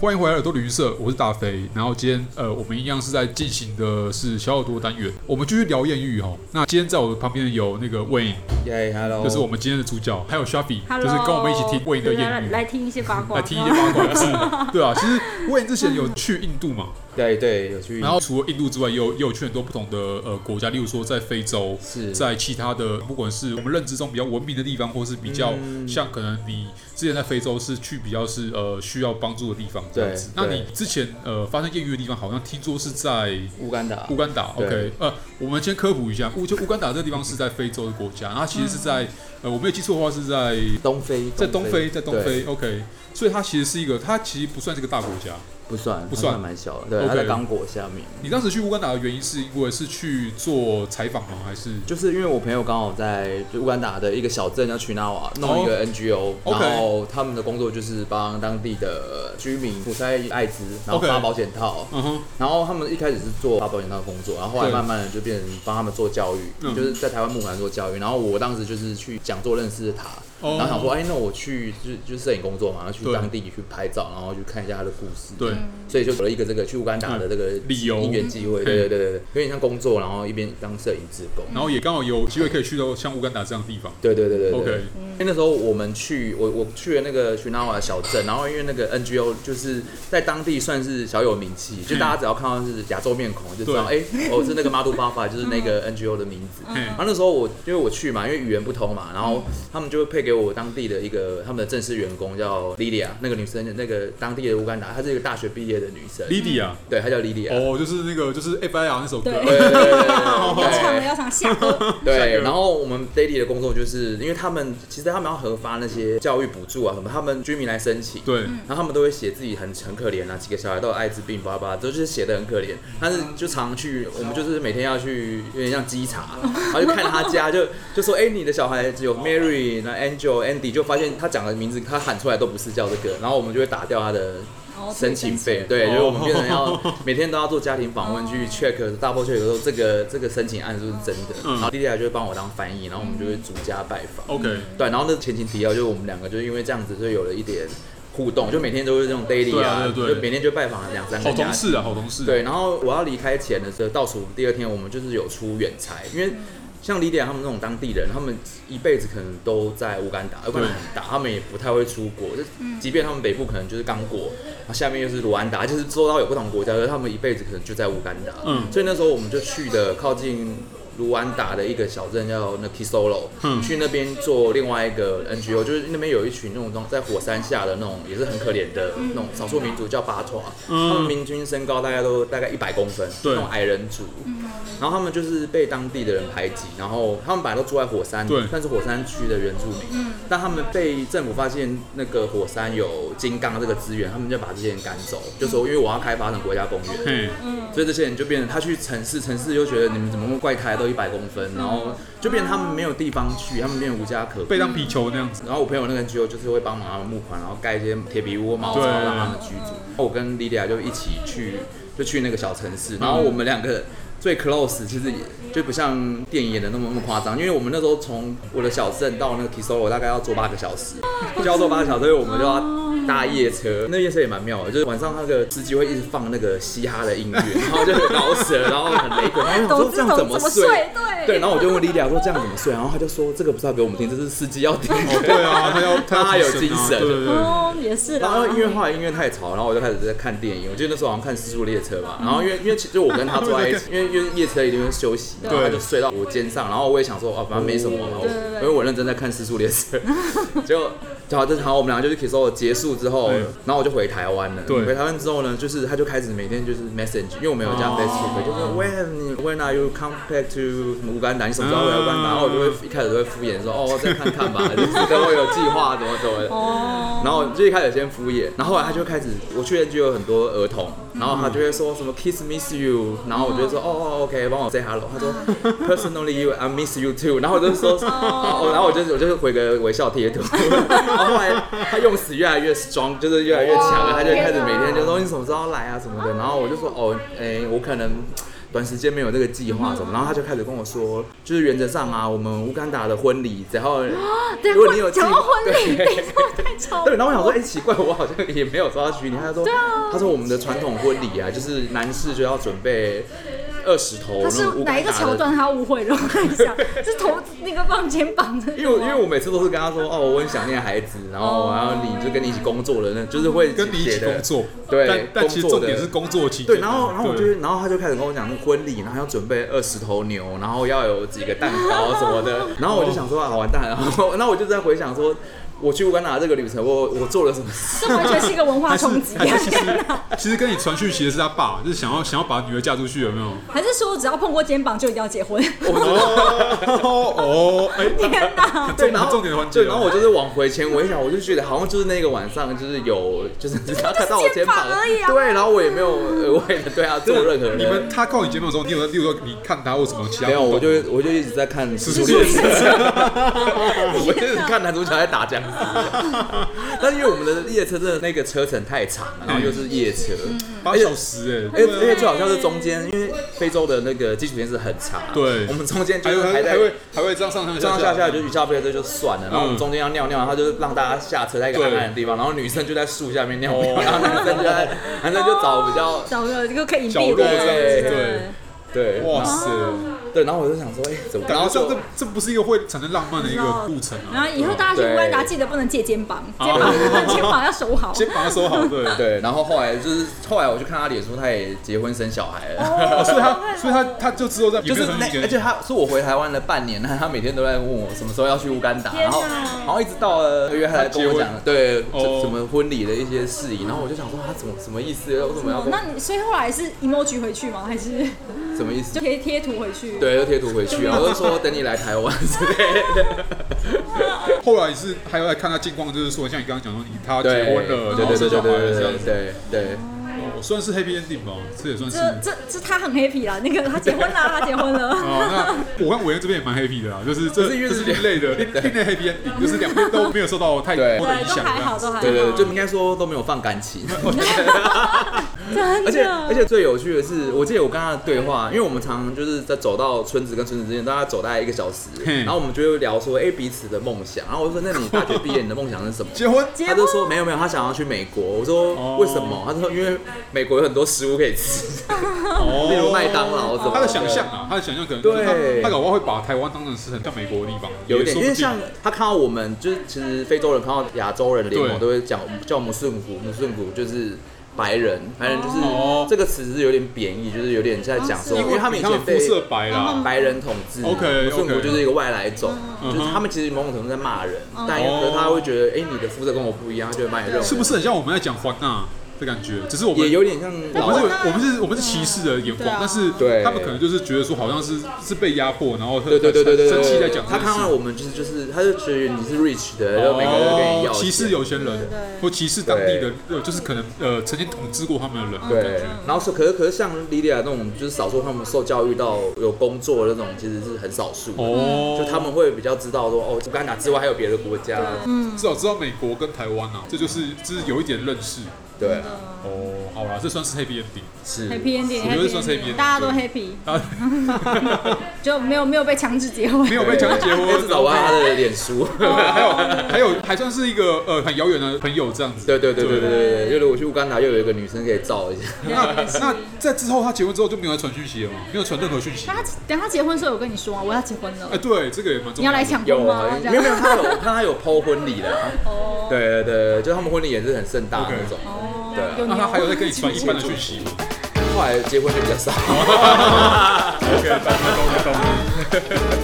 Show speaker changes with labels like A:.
A: 欢迎回来耳朵旅行社，我是大飞。然后今天呃，我们一样是在进行的是小耳朵单元，我们继续聊艳遇哈。那今天在我旁边有那个 Wayne，
B: 耶、yeah,，Hello，
A: 这是我们今天的主角，还有 Shafi，
C: Hello，
A: 就是跟我们一起听 Wayne 的
C: 对来
A: 艳遇，
C: 来听一些八卦，
A: 来听一些八卦 是，对啊。其实 Wayne 之前有去印度嘛，
B: 对对，有去，
A: 然后除了印度之外，也有也有去很多不同的呃国家，例如说在非洲，
B: 是
A: 在其他的，不管是我们认知中比较文明的地方，或是比较
B: 嗯
A: 像可能你之前在非洲是去比较是呃需要帮助的地方这样子。
B: 对
A: 那
B: 对
A: 你之前呃发生艳遇的地方，好像听说是在
B: 乌干达
A: 乌，干达。
B: 对
A: OK，呃，我们先科普一下，乌就乌干达这个地方是在非洲的国 家，然后它其实是在呃我没有记错的话是在
B: 东非，
A: 在东非，在东
B: 对
A: 非。OK，所以它其实是一个，它其实不算是个大国家。
B: 不算，
A: 不
B: 它
A: 算
B: 蛮小的，对
A: OK
B: 它在刚果下面。
A: 你当时去乌干达的原因是因为是去做采访吗？还是
B: 就是因为我朋友刚好在就乌干达的一个小镇叫曲纳瓦弄一个 NGO，、
A: 哦 OK
B: 然后他们的工作就是帮当地的居民普筛艾滋，然后
A: OK
B: 发保险套。
A: 嗯哼，
B: 然后他们一开始是做发保险套的工作，然后后来
A: 对
B: 慢慢的就变成帮他们做教育，
A: 嗯
B: 就是在台湾木兰做教育。然后我当时就是去讲座认识他，
A: 哦
B: 然后想说，哎，那我去就是就是摄影工作嘛，然后去
A: 对
B: 当地去拍照，然后去看一下他的故事。
A: 对，
B: 所以就有了一个这个去乌干达的这个
A: 理由
B: 因缘机会，对对对对对，有点像工作，然后一边当摄影志工。
A: 然后也刚好有机会可以去到像乌干达这样的地方。
B: 对对对对对
A: OK，
B: 因为那时候我们去，我我去了那个徐纳瓦的小镇，然后因为那个 NGO 就是在当地算是小有名气，就
A: 嗯
B: 大家只要看到是亚洲面孔，就知道哎，我是那个马杜巴法，就是那个 NGO 的名字。
A: 嘿
B: 然啊后那时候我因为我去嘛，因为语言不通嘛，然后他们就会配给我当地的一个他们的正式员工叫 Lilia，那个女生，那个当地的乌干达，她是一个大学毕业的女生，
A: ，Lydia，
B: 对，她叫 Lilia。
A: 哦，就是那个就是 FIR 那首歌，
C: 对
B: 对对对对对
C: 哦要
B: 对
A: 哦
C: 唱的要唱下 歌，
A: 下个
B: 对，然后我们 daily 的工作就是，因为他们其实他们要核发那些教育补助啊什么，他们居民来申请，
A: 对，
B: 然后他们都会写自己很很可怜啊，几个小孩都有艾滋病，巴拉巴拉，都就是写的很可怜。
A: 嗯
B: 但是就常去，我们就是每天要去，有点像稽 查，然后就看他家，就就说，哎、你的小孩有 Mary、那 Angel、Andy，就发现他讲的名字，他喊出来都不是叫这个，然后我们就会打掉他的
C: 然后
B: 申请费，对，
A: 哦
B: 就是我们变成要 每天都要做家庭访问，去 check double check 说这个这个申请案是不是真的，
A: 嗯
B: 然后莉莉娅就会帮我当翻译，然后我们就会逐家拜访。
A: ，OK，
B: 对，然后那前情提要就是我们两个就是因为这样子，所以有了一点互动，就每天都是这种 daily
A: 对啊
B: 啊，
A: 对对
B: 就每天就拜访两三
A: 好同
B: 个家庭。
A: 事啊，好同事，
B: 对，然后我要离开前的时候，倒数第二天，我们就是有出远差，因为像李典他们那种当地人，他们一辈子可能都在乌干达，乌干达很大，他们也不太会出国，就即便他们北部可能就是刚果，然后下面又是卢安达，就是周到有不同国家，但是他们一辈子可能就在乌干达。
A: 嗯
B: 所以那时候我们就去的靠近卢安达的一个小镇叫那 Kisolo，、
A: 嗯
B: 去那边做另外一个 NGO，就是那边有一群那种在火山下的那种也是很可怜的那种少数民族叫巴托，啊他
A: 嗯
B: 们平均身高大概都大概一百公分，
A: 对
B: 那种矮人族。然后他们就是被当地的人排挤，然后他们本来都住在火山，
A: 对
B: 但是火山区的原住民，但他们被政府发现那个火山有金刚这个资源，他们就把这些人赶走，就说因为我要开发成国家公园，
A: 嘿，
B: 所以这些人就变成他去城市，城市又觉得你们怎么那么怪胎，都一百公分，然后就变成他们没有地方去，他们变成无家可
A: 被
B: 归。
A: 当皮球那样子，
B: 然后我朋友那个 NGO 就是会帮忙他们募款，然后盖一些铁皮屋、茅草
A: 对
B: 让他们居住。我跟莉莉娅就一起去，就去那个小城市，然后我们两个。最 close 其实也就不像电影演的那么那么夸张，因为我们那时候从我的小镇到那个 Kisoro 大概要坐八个小时，就要坐八个小时，所以我们就要搭夜车。那夜车也蛮妙的，就是晚上那个司机会一直放那个嘻哈的音乐，然后就很饶舌，然后很雷鬼，然后我想说
C: 懂这
B: 这样
C: 懂
B: 怎
C: 么
B: 睡？
C: 睡？哦对
B: 对，然后我就问莉莉娅说这样怎么睡，然后她就说这个不是要给我们听，这是司机要听的。
A: 哦，对啊，他要
B: 他
A: 要
B: 有精
A: 啊
B: 神
A: 对对对，
C: 哦，也是
B: 然后
C: 啦，
B: 因为后来音乐太吵，然后我就开始在看电影。我记得那时候好像看《失速列车》吧。然后因为 因为其实我跟他坐在一起，因为因为夜车一定会休息，然后他就睡到我肩上。然后我也想说，哦，反正没什么嘛，我
C: 对对对
B: 因为我认真在看《失速列车》，结果。然后这场我们俩就是 Kiss 结束之后，
A: 嗯
B: 然后我就回台湾了。
A: 对
B: 回台湾之后呢，就是他就开始每天就是 message，因为我们有加
A: 哦
B: Facebook，就是 When When are you come back to 什么乌干达？你什么时候回乌干
C: 啊
A: 嗯
B: 达？然后我就会一开始都会敷衍说，哦，再看看吧， 就是等我有计划怎么怎么的。
C: 哦，
B: 然后就一开始先敷衍，然后后来他就开始，我去就有很多儿童，
C: 嗯
B: 然后他就会说什么 kiss miss you，然后我就说哦哦 OK，帮我 say hello，他说 personally you I miss you too，然后我就说哦，然后我就我就回个微笑贴图， 然后后来他用词越来越 strong，就是越来越强了，他就开始每天就说你什么时候来啊什么的，然后我就说哦，哎、我可能。短时间没有这个计划什么，然后他就开始跟我说，就是原则上啊，我们乌干达的婚礼，只要
C: 啊对，
B: 如果你有
C: 婚讲到婚礼，
B: 对
C: 等一下太超。
B: 对，然后我想说，哎、奇怪，我好像也没有说要娶你。他说，
C: 对啊
B: 他说我们的传统婚礼啊，就是男士就要准备二十头。
C: 他是
B: 那种乌
C: 哪一个
B: 干达的
C: 桥？段他误会了？我看一 下，是头那个放肩膀的，
B: 因为我因为我每次都是跟他说，哦，我很想念孩子，然后
C: 哦
B: 然后你就跟你一起工作了，那就是会
A: 跟你一
B: 写
A: 起
B: 的
A: 工作，
B: 对
A: 但但其实
B: 工
A: 重
B: 作的
A: 点是工作期间。
B: 对，然后然后我就
A: 对
B: 然后他就开始跟我讲那个婚礼，然后要准备二十头牛，然后要有几个蛋糕什么 的，然后我就想说啊完蛋了，然 后那我就在回想说，我去乌干达这个旅程，我我做了什么事？
C: 这完全是一个文化
A: 还是
C: 冲击啊
A: 还！是其
C: 天
A: 实
C: 哪
A: 其实跟你传讯息的是他爸，就是想要想要把女儿嫁出去，有没有？
C: 还是说只要碰过肩膀就一定要结婚？
A: 哦哦，哎，
C: 天 哪！
B: 对，
A: 重
B: 然后
A: 重点的环节哦，
B: 对，然后我就是往回前回想，我就觉得好像就是那个晚上，就是有就是 只要看到我肩膀
C: 肩膀而已啊
B: 对，然后我也没有额外的对他做任何
A: 你们
B: 的，
A: 他靠你肩膀的时候，你有在例如说你看他或什么其他
B: 没有，
A: 动
B: 我
A: 作
B: 就我就一直在看
A: 是
B: 足
A: 是
B: 球
A: 是
B: 我就是看男主角在打僵尸， 但是因为我们的列车真的那个车程太长了，然后又是夜车，
C: 嗯
A: 八小时哎，
B: 而且
A: 对啊
B: 而且最好笑是中间，因为非洲的那个基础建设很长，啊
A: 对啊
B: 我们中间就
A: 还
B: 是
A: 有还
B: 在
A: 还会还会这样上上
B: 上
A: 下啊
B: 上下下就雨下飞车就算了，然后我们中间要尿尿，然后就让大家下车在一个暗暗的地方，然后女生就在树下面尿尿，
A: 哦
B: 然后男生就在男生就找比较
C: 找个一个可以隐
A: 角
C: 蔽
A: 落
C: 的
A: 这样
B: 子
C: 对
A: 对
B: 对
A: 哇
B: 哇
A: 塞，
C: 哦
B: 对，然后我就想说，哎，怎么？
A: 感
B: 然
A: 觉上
B: 后就
A: 这这不是一个会产生浪漫的一个路程
C: 然
A: 啊。
C: 后以后大家去乌干达记得不能借肩膀，
A: 对
C: 肩膀 肩膀要守好。
A: 啊先把它收好，对。
B: 对，然后后来就是后来我去看他脸书，他也结婚生小孩了。
A: 哦，所以 他，所以他，他就只有在
B: 就是那
A: 那，
B: 而且他是我回台湾了半年，他他每天都在问我什么时候要去乌干达，
C: 天
B: 然
C: 哪
B: 后然后一直到了约翰来跟
A: 他
B: 我
A: 结
B: 讲，对，
A: 哦
B: 这什么婚礼的一些事宜，然后我就想说他怎么什么意思，为什么要
C: 哦
B: 跟
C: 那你所以后来是 emoji 回去吗？还是
B: 什么意思
C: 就？贴贴图回去？
B: 对，就贴图回去，然后就说等你来台湾之类的。
A: 后来是还有来看他近况，就是说像你刚刚讲说，你他结
B: 对，
A: 婚了，
B: 对
A: 然后
B: 对
A: 生
B: 对
A: 小
B: 对
A: 孩了这样
B: 对
A: 子，
B: 对对。
A: 哦，算是 happy ending 吧，这也算是。
C: 这这这他很 happy 啦，那个他结婚 啦，他结婚了。
A: 哦，那我看委员这边也蛮 happy 的啦，就是这
B: 可是因为
A: 这
B: 是
A: 是另类的，另
B: 对
A: 另类 happy ending，就是两边都没有受到太多的
B: 对
C: 对，
A: 影
C: 都
A: 响。
C: 还好，都还好。
B: 对对，对就应该说都没有放感情，
C: 真的。
B: 而且而且最有趣的是，我记得我跟他的对话，因为我们常常就是在走到村子跟村子之间，大概走大概一个小时，
A: 嘿
B: 然后我们就会聊说，哎、彼此的梦想。然后我就说，那你大学毕业你的梦想是什么？
A: 结婚
C: 结
B: 他就说没有没有，他想要去美国。我说
A: 哦
B: 为什么？他说因为美国有很多食物可以吃，例如
A: 哦
B: 麦当劳什么的。
A: 他的想象啊，他的想象可能就是他
B: 对
A: 他搞不好会把台湾当成是很像美国的地方，
B: 有一
A: 也
B: 点，
A: 说
B: 因为
A: 不定
B: 像他看到我们，就是其实非洲人看到亚洲人联盟
A: 对
B: 都会讲叫我们顺服，我们顺服就是白人，白人就是、
A: 哦
B: 这个词是有点贬义，就是有点在讲说，
C: 哦是
B: 因为他们以
A: 他
B: 前
A: 们肤
B: 被
A: 色白啦，
B: 白人统治
A: OK，OK
B: 顺服就是一个外来种，
A: 嗯
B: 就是他们其实某种程度在骂人，
C: 嗯
B: 但
A: 哦
B: 可是他会觉得，哎、你的肤色跟我不一样，他就会骂你肉，
A: 是不是很像我们在讲环娜的感觉？只是我们
B: 也有点像
A: 我
B: 老
A: 们
B: 外
A: 是，我们是我们是歧视的眼
C: 对
A: 光，
C: 啊
A: 但是
B: 对
A: 他们可能就是觉得说好像是是被压迫，然后
B: 对对对对对
A: 生
B: 对
A: 气
B: 对
A: 在讲这
B: 他
A: 件事。
B: 看到我们就是就是，他就觉得你是 rich 的，然后每个人都跟你要
A: 哦
B: 钱
A: 歧视有钱人
C: 对对
A: 或歧视当地的，呃，就是可能呃曾经统治过他们的人，
B: 对，然后说，可是可是像莉莉亚那种，就是少数他们受教育到有工作的那种，其实是很少数的。
A: 哦，
B: 就他们会比较知道说，哦，乌干达之外还有别的国家。
A: 至少知道美国跟台湾啊，这就是这是有一点认识。
B: 对啊，
A: 哦，好啦，这算是 happy ending。
B: 是。
C: happy ending，
A: 我觉得算是 happy ending，
C: 大家都 happy，
A: 啊，
C: 就没有没有被强制结婚，
A: 没 有被强制结
B: 因为
A: 婚，
B: 至少我看他的脸书。
C: 哦
A: 还有还有还算是一个呃很遥远的朋友这样子。
B: 对对对对对对对，因为我去乌干达又有一个女生可以照一下。
A: 那那在之后他结婚之后就没有再传讯息了嘛，没有传任何讯息
C: 等。他等他结婚的时候，我跟你说啊，我要结婚了
A: 哎，，对，这个也蛮重
C: 你要
A: 要的。
C: 来抢
B: 有
C: 婚
B: 好
A: 啊
C: 吗？
B: 像
C: 这
B: 没有没
C: 样
B: 有，他有看他有剖婚礼的。
C: 哦
B: 对对对，就他们婚礼也是很盛大的那种。对
C: 哦
B: 啊，
C: 有
A: 那
C: 牛
A: 他还有在跟你 传一般的讯息吗？
B: 后来结婚就比较少。
A: OK，懂了懂了懂了。